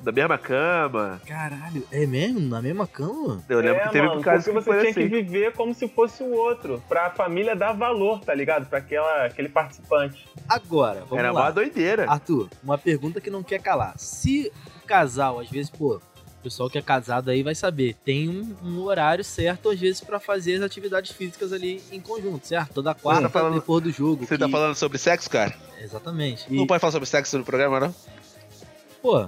S7: Da mesma cama.
S6: Caralho, é mesmo? Na mesma cama?
S7: Eu lembro
S5: é,
S7: que teve
S5: mano,
S7: um caso
S5: porque
S7: que
S5: você
S7: foi
S5: tinha
S7: assim.
S5: que viver como se fosse o outro, pra família dar valor, tá ligado? Pra aquela, aquele participante.
S6: Agora, vamos
S7: Era uma
S6: lá.
S7: doideira.
S6: Arthur, uma pergunta que não quer calar. Se o casal, às vezes, pô, o pessoal que é casado aí vai saber, tem um, um horário certo, às vezes, pra fazer as atividades físicas ali em conjunto, certo? Toda quarta,
S7: tá falando-
S6: depois do jogo.
S7: Você tá
S6: que-
S7: falando sobre sexo, cara?
S6: Exatamente.
S7: Não
S6: E,
S7: pode falar sobre sexo no programa, não?
S6: pô.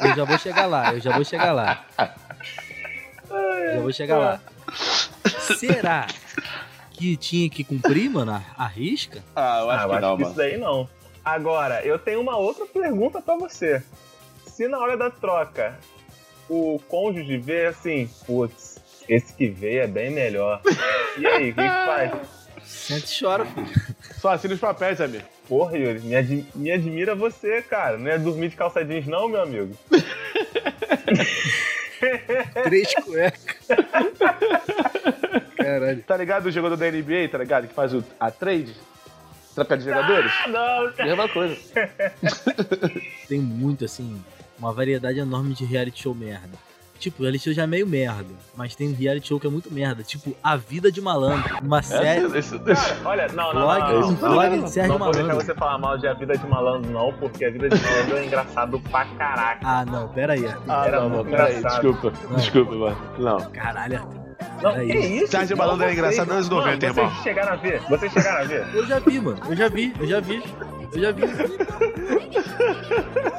S6: eu já vou chegar lá, eu já vou chegar lá. Já vou chegar lá. Será que tinha que cumprir, mano, a- a risca?
S7: Ah, eu
S5: Ah, eu acho que isso daí não. Agora, eu tenho uma outra pergunta pra você. Se na hora da troca o cônjuge vê assim, putz, esse que veio é bem melhor. E aí, o que, que faz?
S6: Sente e chora, filho.
S7: Só assina os papéis, amigo.
S5: Porra, Yuri, me, admi- me admira você, cara. Não é dormir de calça jeans, não, meu amigo.
S6: Três cuecas. Caralho.
S7: Tá ligado o jogador da NBA, tá ligado? Que faz a trade? Troca de jogadores?
S5: Ah, não, cara.
S7: Mesma coisa.
S6: Tem muito, assim, uma variedade enorme de reality show merda. Tipo, reality show já é meio merda, mas tem um reality show que é muito merda. Tipo, A Vida de Malandro. Uma série.
S7: Esse- esse- esse-
S5: Cara, olha, não, não,
S6: Blog,
S5: não, não,
S6: um
S5: não.
S6: blog de Sérgio
S5: Não vou deixar
S6: Malandro.
S5: você falar mal de A Vida de Malandro, não, porque A Vida de Malandro é engraçado pra caraca.
S6: Ah, não, pera aí. Arthur.
S5: Era
S7: não, não,
S5: muito
S7: peraí,
S5: engraçado.
S7: desculpa. Desculpa, mano. Não.
S6: Caralho, Arthur.
S5: Não,
S6: Peraí.
S5: que isso?
S7: Sérgio
S5: Não,
S7: Malandro era
S5: vocês-
S7: engraçado nos anos 90,
S5: Mano,
S7: irmão.
S5: Vocês chegaram a ver? Vocês chegaram a ver?
S6: Eu já vi, mano. Eu já vi, eu já vi. Eu já vi.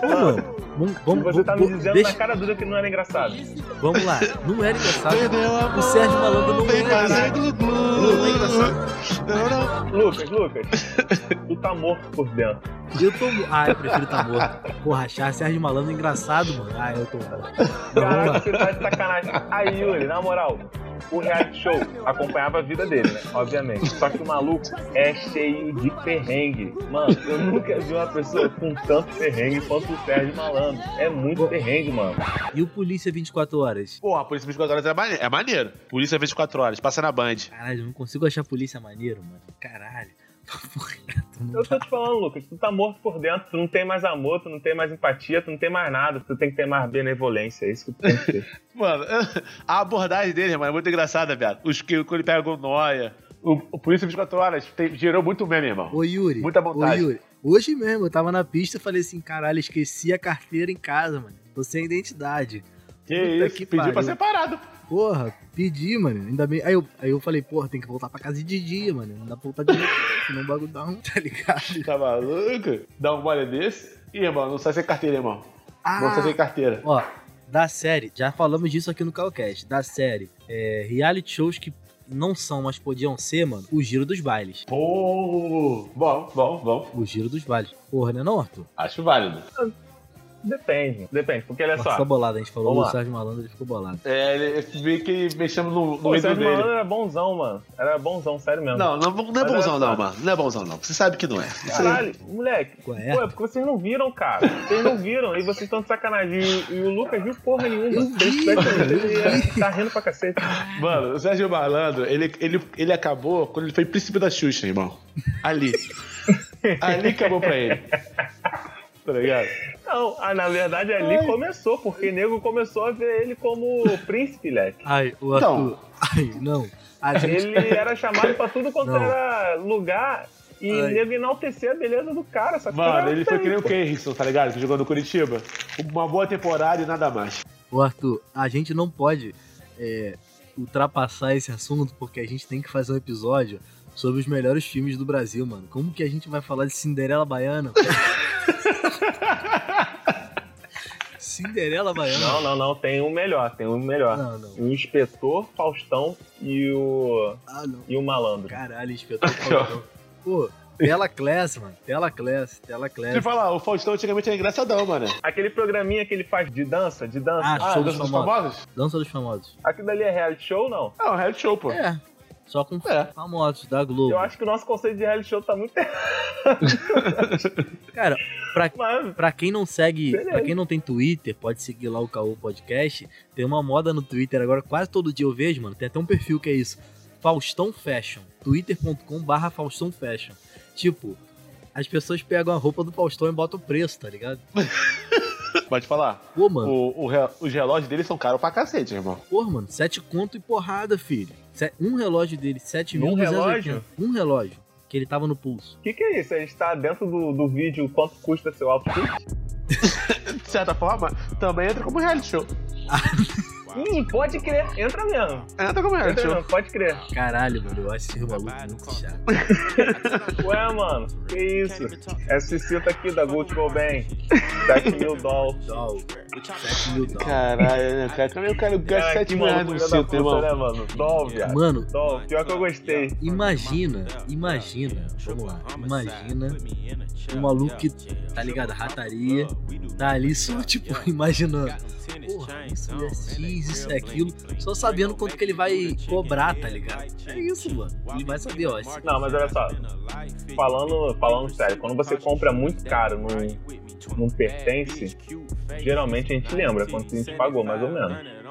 S6: Pô, mano. Vamos,
S5: E
S6: vamos,
S5: você tá me
S6: vamos-
S5: dizendo
S6: deixa-
S5: na cara dura que não era engraçado.
S6: vamos lá. Não era engraçado. O Sérgio Malandro não
S7: Vem
S6: era
S7: fazer
S6: engraçado. Não é engraçado.
S5: Lucas, Lucas, tu tá morto por dentro.
S6: Eu tô. mo- Ah, eu prefiro tá morto. Porra, achar Sérgio Malandro engraçado, mano. Ah, eu tô morto. Não, vamos
S5: Caraca,
S6: lá.
S5: você tá de sacanagem. Aí, Yuri, na moral, o reality show acompanhava a vida dele, né? Obviamente. Só que o maluco é cheio de perrengue. Mano, eu nunca vi uma pessoa com tanto perrengue quanto o Sérgio Malandro. É muito perrengue, mano.
S6: E o Polícia 24 Horas?
S7: Porra, Polícia 24 Horas é mane- é maneiro. Polícia 24 Horas, passa na Band.
S6: Caralho, eu não consigo achar polícia maneiro, mano. Caralho. Porra, tu não
S5: É Eu tô te falando, Lucas, tu tá morto por dentro, tu não tem mais amor, tu não tem mais empatia, tu não tem mais nada, tu tem que ter mais benevolência, é isso que tu tem que ter.
S7: Mano, a abordagem dele, mano, é muito engraçada, viado. Os que quando ele pega o Noia. O, o Polícia 24 Horas tem- gerou muito meme, irmão.
S6: Ô Yuri.
S7: Muita vontade.
S6: Ô Yuri. Hoje mesmo, eu tava na pista e falei assim, caralho, esqueci a carteira em casa, mano. Tô sem identidade.
S7: Que
S6: puta
S7: isso,
S6: que
S7: pediu pra
S6: pariu.
S7: separado.
S6: Porra, pedi, mano. Ainda bem. Aí eu, aí eu falei, porra, tem que voltar pra casa de dia, mano. Não dá pra voltar de noite, senão o bagulho dá um, tá ligado?
S7: Tá maluco? Dá um gole desse. Ih, irmão, não sai sem carteira, irmão. Não sai sem carteira.
S6: Ó, da série, já falamos disso aqui no Calcast, da série, é, reality shows que não são, mas podiam ser, mano, o giro dos bailes.
S7: Pô, bom, bom, bom.
S6: O giro dos bailes. Porra, né não, Arthur?
S7: Acho válido.
S5: Depende, depende, porque olha
S6: Nossa,
S5: só.
S6: ficou bolado, a gente falou
S5: Vamos
S6: do
S5: lá.
S6: Sérgio Malandro, ele ficou bolado.
S7: É, ele ele vê que mexemos no,
S5: Pô,
S7: no
S5: o
S7: ídolo
S5: Sérgio
S7: dele.
S5: Malandro era bonzão, mano. Era bonzão, sério mesmo.
S7: Não, não, não né? é
S5: Mas
S7: bonzão,
S5: olha
S7: não,
S5: só.
S7: mano. Não é bonzão, não. Você sabe que não é.
S5: Caralho, moleque.
S6: Qual é?
S5: Pô, é porque vocês não viram, cara. Vocês não viram. E vocês estão de sacanagem. E, o- e o Lucas viu porra nenhuma.
S6: Eu
S5: Vocês
S6: vi,
S5: tiverem-
S6: mano, eu
S5: ele tá rindo pra cacete.
S7: Mano, o Sérgio Malandro, ele, ele, ele acabou quando ele foi príncipe da Xuxa, irmão. Ali. Ali acabou pra ele. Tá ligado?
S5: Não, ah, na verdade ali começou, porque nego começou a ver ele como príncipe, moleque.
S6: Ai, o Arthur.
S7: Então.
S6: Ai, não. A gente.
S5: Ele era chamado pra tudo quanto
S6: Não.
S5: era lugar. E
S6: Ai.
S5: nego enaltecer a beleza do cara. Só que o cara
S7: Mano,
S5: era
S7: ele foi que nem
S5: feio,
S7: o Keirson, tá ligado? Que jogou no Curitiba. Uma boa temporada e nada mais.
S6: Ô, Arthur, a gente não pode é, ultrapassar esse assunto porque a gente tem que fazer um episódio sobre os melhores filmes do Brasil, mano. Como que a gente vai falar de Cinderela Baiana? Cinderela Baiana?
S5: Não, não, não. Tem um melhor, tem um melhor.
S6: Não, não.
S5: O inspetor Faustão e o.
S6: Ah, não.
S5: e o malandro.
S6: Caralho, inspetor Faustão. Pô, tela class, mano. Tela class, tela
S5: É.
S7: Deixa eu
S6: class.
S7: falar, "Ah, o Faustão antigamente era engraçadão, mano.
S5: Aquele programinha que ele faz de dança, de dança.
S6: Ah, show dos
S7: assim, Dança dos
S6: famosos.
S7: famosos?
S6: Dança dos famosos.
S5: Aquilo ali é reality show, não?
S7: Ah, o reality show, pô.
S6: É, só com
S7: É.
S6: famosos da Globo.
S5: Eu acho que o nosso conceito de reality show tá muito errado.
S6: Cara, pra,
S5: Mas,
S6: Pra quem não segue,
S5: Beleza.
S6: pra quem não tem Twitter, pode seguir lá o Caô Podcast. Tem uma moda no Twitter agora, quase todo dia eu vejo, mano. Tem até um perfil que é isso. Faustão Fashion. twitter.com barra Faustão Fashion. Tipo, as pessoas pegam a roupa do Faustão e botam o preço, tá ligado?
S7: Pode falar.
S6: Pô, mano,
S7: O, o re- os relógios dele são caros pra cacete, irmão.
S6: pô, mano, sete conto e porrada, filho. Se- Um relógio dele, 7
S5: Um relógio?
S6: Um relógio. Que ele tava no pulso.
S5: o que, que é isso? A gente tá dentro do, do vídeo quanto custa seu outfit?
S7: De certa forma, também entra como reality show.
S5: Ih, pode crer. Entra mesmo.
S7: Entra como reality
S5: Entra
S7: show.
S5: mesmo, pode crer.
S6: Caralho, mano, eu acho esse maluco muito chato.
S5: Ué, mano, que isso? Essa cinta aqui da Gucci Goldbank. 7 mil dólares.
S6: Dó, 7 mil dólares.
S7: Caralho, né, cara? Também o cara gasta
S5: Cara,
S7: 7
S5: que
S7: reais
S5: maluco
S7: no
S5: filho da
S7: cinto,
S5: puta,
S7: irmão.
S5: né, mano? Dó, viado.
S6: Mano,
S5: Dó, pior que eu gostei.
S6: Imagina, imagina, vamos lá, imagina um maluco que, tá ligado, rataria, tá ali só, tipo, imaginando, porra, isso é X, isso é aquilo, só sabendo quanto que ele vai cobrar, tá ligado? É isso, mano, ele vai saber, ó, esse-
S5: Não, mas olha só. Falando, falando sério, quando você compra muito caro num, num pertence, geralmente a gente lembra quanto a gente pagou, mais ou menos.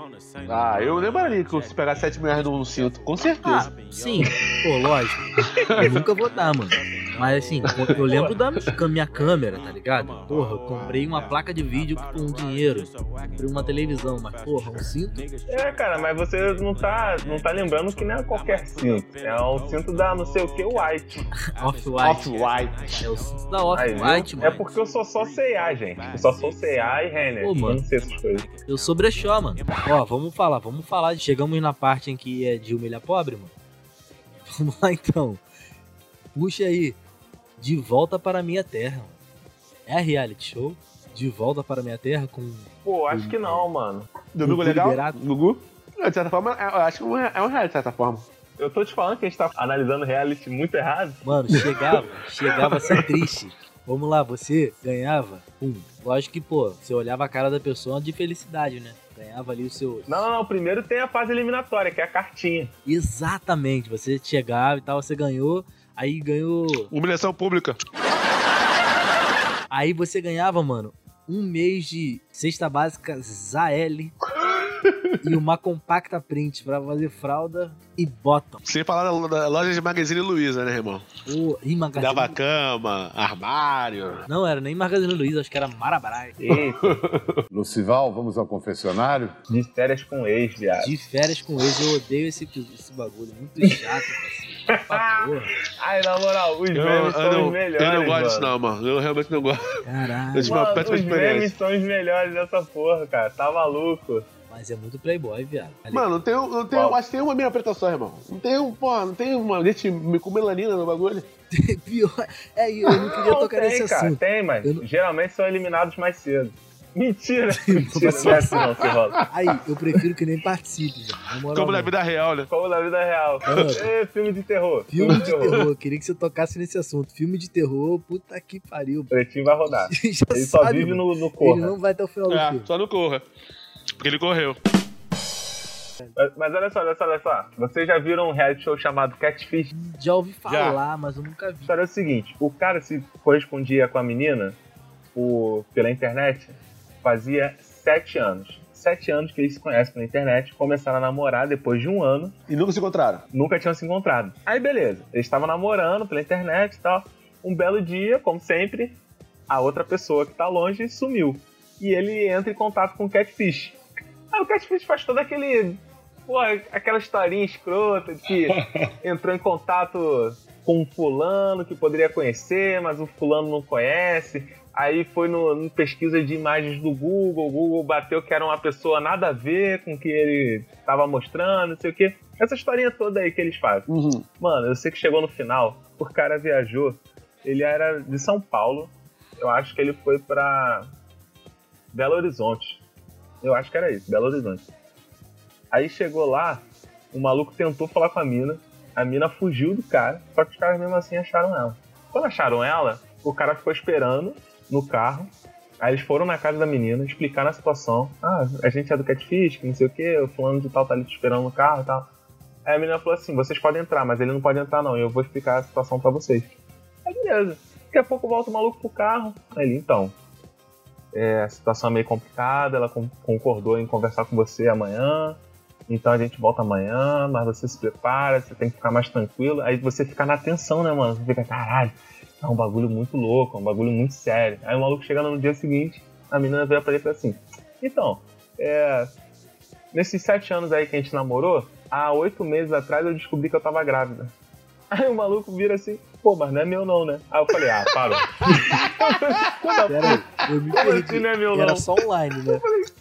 S7: Ah, eu lembraria que se
S6: "Ah,
S7: pegar 7 mil reais num cinto, com certeza.
S6: sim, pô, lógico, eu nunca vou dar, mano, Mas assim, eu- eu lembro da mi- minha câmera, tá ligado? Porra, eu comprei uma placa de vídeo com dinheiro. Comprei uma televisão, mas porra, um cinto.
S5: É, cara, mas você não tá, não tá lembrando que não é qualquer cinto. É um cinto da não sei o que, White. Ah,
S6: Off-white.
S5: White.
S6: É o cinto da
S5: Aí, viu?
S6: off-white,
S5: é
S6: mano.
S5: porque eu sou só CA, gente. Eu só sou CA e Renner.
S6: Pô,
S5: Eu
S6: mano.
S5: não sei essas coisas.
S6: Eu sou brechó, mano.
S5: é
S6: Ó, vamos falar, vamos falar. Chegamos na parte em que é de humilhar pobre, mano. Vamos lá então. Puxa aí. De volta para minha terra. mano. É a reality show. De volta para minha terra com.
S5: Pô, acho que não, mano.
S7: Domingo
S6: Gugu
S7: legal?
S6: Liberato.
S7: Gugu? De certa forma, eu acho que é um reality, de certa forma.
S5: Eu tô te falando que a gente tá analisando reality muito errado.
S6: Mano, chegava, chegava a ser triste. Vamos lá, você ganhava um. Lógico que, pô, você olhava a cara da pessoa de felicidade, né? Ganhava ali o seu.
S5: Não, não, não. Primeiro tem a fase eliminatória, que é a cartinha.
S6: Exatamente, você chegava e tal, você ganhou. Aí ganhou
S7: Humilhação pública.
S6: Aí você ganhava, mano, um mês de cesta básica Zael e uma compacta print pra fazer fralda e bottom.
S7: Sem falar da, da loja de Magazine Luiza, né, irmão?
S6: Pô, e Magazine...
S7: Dava cama, armário.
S6: Não, era nem Magazine Luiza, acho que era Marabrai.
S5: E
S8: Lucival, vamos ao confessionário?
S5: de férias com ex, viado.
S6: De férias com eles, eu odeio esse, esse bagulho, muito chato, parceiro. Pra porra.
S5: Ai, na moral, os
S7: Eu,
S5: memes
S7: eu
S5: são
S7: não,
S5: os
S7: eu
S5: melhores.
S7: não gosto
S5: mano.
S7: disso, não, mano. Eu realmente não gosto. Eu
S6: Caralho,
S7: tive uma
S5: Mano,
S7: péssima
S5: os memes
S7: experiência.
S5: são os melhores dessa porra, cara. Tá maluco?
S6: mas é muito playboy, viado. Ali-
S7: Mano, não tem, um- não tem,
S5: Qual?
S7: eu acho que tem uma meia preta só, irmão. Não tem um, porra, não tem uma gente com melanina no bagulho.
S6: pior. É, eu não queria tocar nesse
S5: tem, cara,
S6: assunto.
S5: tem, mas
S6: Eu não-
S5: geralmente são eliminados mais cedo. Mentira! Mentira, não é assim não, Cirrosa.
S6: Aí, eu prefiro que nem participe, velho. na moral,
S7: Como na
S6: mesmo.
S7: vida real, né?
S5: Como na vida real.
S6: Mano.
S5: Ê, filme de terror.
S6: Filme de terror, eu queria que você tocasse nesse assunto. Filme de terror, puta que pariu.
S5: Pretinho vai rodar.
S6: Já
S5: É. Ele só
S6: sabe,
S5: vive
S6: mano.
S5: no, no
S6: Ele
S5: corra.
S6: não vai até o final do
S7: É,
S6: filme.
S7: só não corra. Porque ele correu.
S5: Mas, mas olha só, olha só, olha só. Vocês já viram um reality show chamado Catfish?
S6: Já ouvi falar, mas eu nunca vi.
S5: história é o seguinte: o cara se correspondia com a menina o- pela internet fazia sete anos. Sete anos que eles se conhecem pela internet, começaram a namorar depois de um ano,
S7: E nunca se encontraram.
S5: nunca tinham se encontrado. Aí beleza, eles estavam namorando pela internet e tal. Um belo dia, como sempre, a outra pessoa que tá longe sumiu. E ele entra em contato com o Catfish. Aí o Catfish faz todo aquele. Pô, aquela historinha escrota de que entrou em contato com um fulano que poderia conhecer, mas o fulano não conhece. Aí foi no, no pesquisa de imagens do Google, o Google bateu que era uma pessoa nada a ver com o que ele estava mostrando, não sei o quê. Essa historinha toda aí que eles fazem.
S7: Uhum.
S5: Mano, eu sei que chegou no final, o cara viajou, ele era de São Paulo, eu acho que ele foi pra Belo Horizonte. Eu acho que era isso, Belo Horizonte. Aí chegou lá, o maluco tentou falar com a mina, a mina fugiu do cara, só que os caras mesmo assim acharam ela. Quando acharam ela, o cara ficou esperando no carro, aí eles foram na casa da menina, explicaram a situação. Ah, a gente é do Catfish, que não sei o que, o fulano de tal tá ali te esperando no carro e tal. Aí a menina falou assim: vocês podem entrar, mas ele não pode entrar, não. Eu vou explicar a situação pra vocês. Aí beleza. Daqui a pouco volta o maluco pro carro. Aí ele, então. é, a situação é meio complicada, ela con- concordou em conversar com você amanhã. Então a gente volta amanhã, mas você se prepara, você tem que ficar mais tranquilo. Aí você fica na tensão, né, mano? Você fica, caralho, é um bagulho muito louco, é um bagulho muito sério. Aí o maluco chegando no dia seguinte, a menina veio pra ele e falou assim: Então, é, nesses sete anos aí que a gente namorou, há oito meses atrás eu descobri que eu tava grávida. Aí o maluco vira assim, pô, mas não é meu não, né? Aí eu falei, ah, parou.
S6: Pera aí, eu me
S5: Como assim
S6: perdi.
S5: não é meu não?
S6: Era só online, né?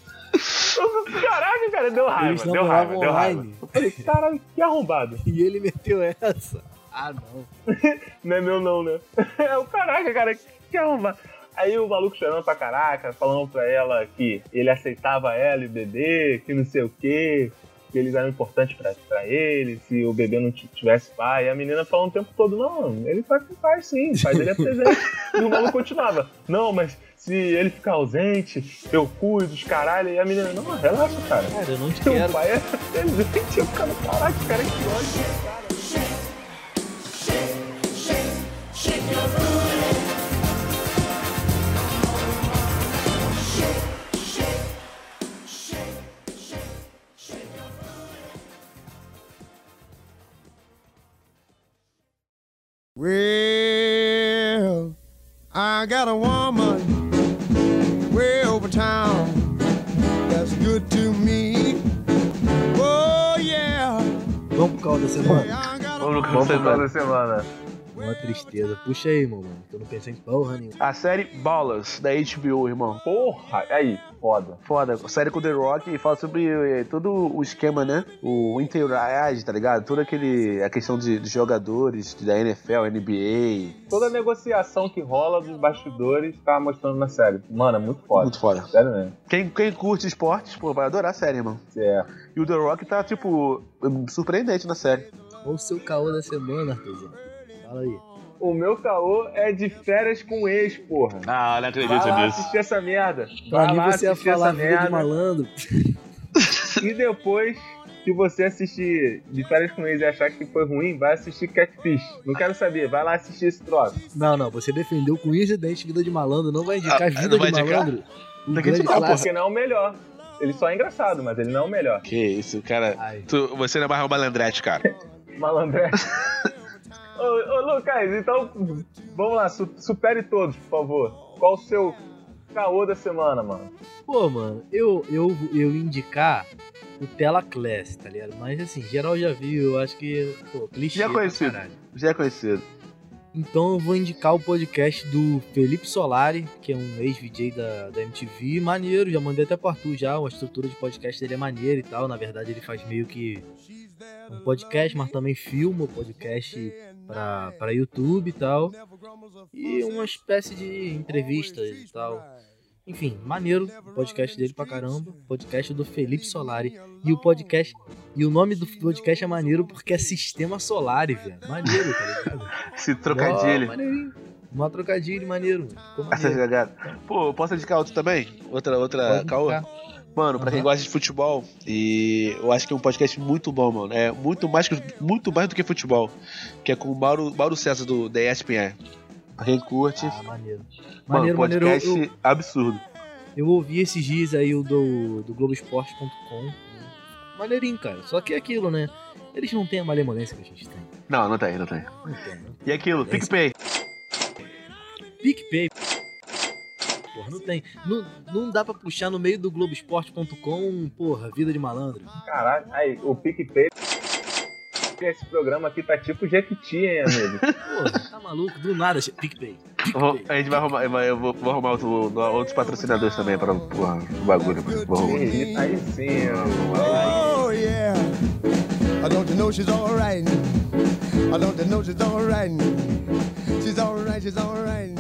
S5: Caraca, cara, deu
S6: Eles
S5: raiva, deu raiva,
S6: namoravam
S5: deu raiva.
S6: online.
S5: Eu falei, caralho, que arrombado.
S6: E ele meteu essa. Ah, não.
S5: Não é meu não, né? É o caraca, cara, que arrumar. Aí o maluco chorando pra caraca, falando pra ela que ele aceitava ela e o bebê, que não sei o quê, que eles eram importantes pra, pra ele, se o bebê não t- tivesse pai. E a menina falando o tempo todo, não, ele tá com pai sim, o pai dele é presente. e o maluco continuava, não, mas se ele ficar ausente, eu cuido, os caralho. E a menina, não, relaxa, cara.
S6: Cara, eu não te
S5: Seu
S6: quero.
S5: pai é presente, eu ficava, caraca, cara, que ódio.
S4: Well,
S10: I got a woman way over town that's good to me. Oh, yeah.
S6: Vamos pro caldo da semana?
S7: Vamos
S6: pro caldo da
S5: semana.
S6: Uma tristeza. Puxa aí, meu mano, que eu não pensei em porra nenhuma.
S7: A série Ballers, da HBO, irmão.
S5: Porra, aí, foda.
S7: Foda, série com The Rock e fala sobre eh, todo o esquema, né? O interage, tá ligado? Toda aquele, a questão de, de jogadores da NFL, NBA.
S5: Toda a negociação que rola dos bastidores tá mostrando na série. Mano, é muito foda.
S7: Muito foda.
S5: Sério mesmo.
S7: Quem, quem curte esportes, pô, vai adorar a série, irmão.
S5: É.
S7: E o The Rock tá, tipo, surpreendente na série.
S6: Qual o seu caô da semana, Arthurzão? Fala aí.
S5: O meu caô é de férias com ex, porra.
S7: Ah, não
S5: Vai lá assistir essa merda.
S6: Pra
S5: Vai
S6: mim
S5: lá
S6: você ia
S5: assistir essa
S6: falar a vida de
S5: merda.
S6: malandro.
S5: E depois, se você assistir de férias com eles e achar que foi ruim, vai assistir Catfish. Não quero saber, vai lá assistir esse troço.
S6: Não, não, você defendeu com incidente vida de malandro, não vai indicar
S7: Ah,
S6: vida
S7: não
S6: de
S7: vai indicar?
S6: malandro? Um
S7: Tem que
S6: grande
S7: indicar, pô.
S6: clássico.
S5: Porque não é o melhor. Ele só é engraçado, mas ele não é o melhor.
S7: Que isso, cara.
S6: Ai.
S7: Tu- você não é mais um malandrete, cara.
S5: Malandré. ô, ô, Lucas, então vamos lá, su- supere todos, por favor. Qual o seu caô da semana, mano?
S6: Pô, mano, eu, eu, eu indicar o Tela Class, tá ligado? Mas assim, geral já viu, eu acho que, pô, clichê.
S7: Já
S6: pra
S7: conhecido.
S6: caralho.
S7: Já é conhecido.
S6: Então eu vou indicar o podcast do Felipe Solari, que é um ex-VJ da, da MTV, maneiro, já mandei até pro Arthur já, uma estrutura de podcast dele é maneira e tal, na verdade ele faz meio que um podcast, mas também filma o podcast pra, pra YouTube e tal, e uma espécie de entrevistas e tal. Enfim, maneiro, o podcast dele pra caramba, podcast do Felipe Solari, e o podcast, e o nome do podcast é maneiro porque é Sistema Solari, velho, maneiro, tá ligado?
S7: Esse
S6: Ó,
S7: trocadilho.
S6: maneirinho. Uma trocadilho maneiro, mano. Ficou
S7: Essa
S6: maneiro.
S7: jogada. Tá Pô, eu posso indicar outro também? Outra, outra
S6: Pode
S7: caô?
S6: indicar.
S7: Mano, pra quem
S6: Aham.
S7: gosta de futebol, e eu acho que é um podcast muito bom, mano. É muito mais, que- muito mais do que futebol. Que é com o Mauro, Mauro César do da ESPN. Pra quem curte,
S6: Ah, maneiro.
S7: mano,
S6: Maneiro, maneiro. Eu,
S7: podcast absurdo.
S6: eu- eu ouvi esses dias aí o do, do Globoesporte.com. né? Maneirinho, cara. Só que é aquilo, né? Eles não têm a malemolência que a gente tem.
S7: Não, não tem, não tem.
S6: Não tem, né?
S7: E aquilo,
S6: Esse-
S7: PicPay.
S6: PicPay. Porra, não tem. Não, não dá pra puxar no meio do Globoesporte.com, porra, vida de malandro.
S5: Caralho, aí, o PicPay. Esse programa aqui tá tipo Jequiti, hein, amigo?
S6: Porra, tá maluco? Do nada, che- PicPay.
S7: Vou-
S6: PicPay.
S7: A gente vai arrumar, eu vou- eu vou, vou arrumar outro- outros patrocinadores também pra porra, o bagulho. mano. Vou arrumar.
S5: Aí aí sim, ó.
S10: Oh, yeah. I don't you know she's all right. I don't you know she's all right. She's all right, she's all right.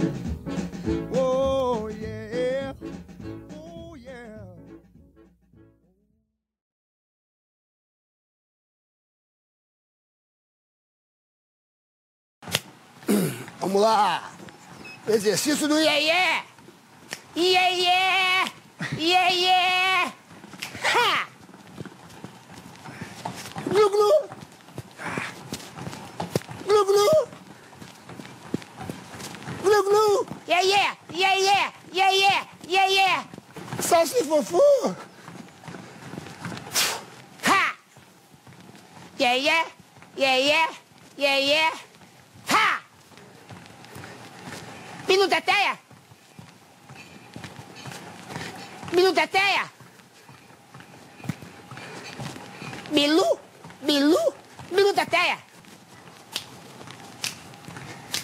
S10: Oh, yeah. Oh, yeah.
S1: Vamos lá. Exercício do iê iê. Iê iê. Iê iê. Ha. Glu glu. Glu glu. Glu glu. Iê iê. Iê iê. Iê iê. Iê iê. Salsa fofu. Ha. Iê iê. Iê iê. Iê iê. Ha. Minuteteia! Minuteteia! Bilu! Bilu! Minuteteia!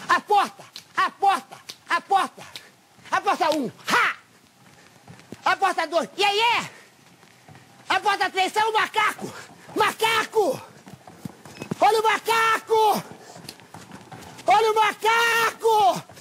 S1: A porta! A porta! A porta! A porta 1! Um. Ha! A porta 2! E aí é? A porta 3 é o macaco! Macaco! Olha o macaco! Olha o macaco!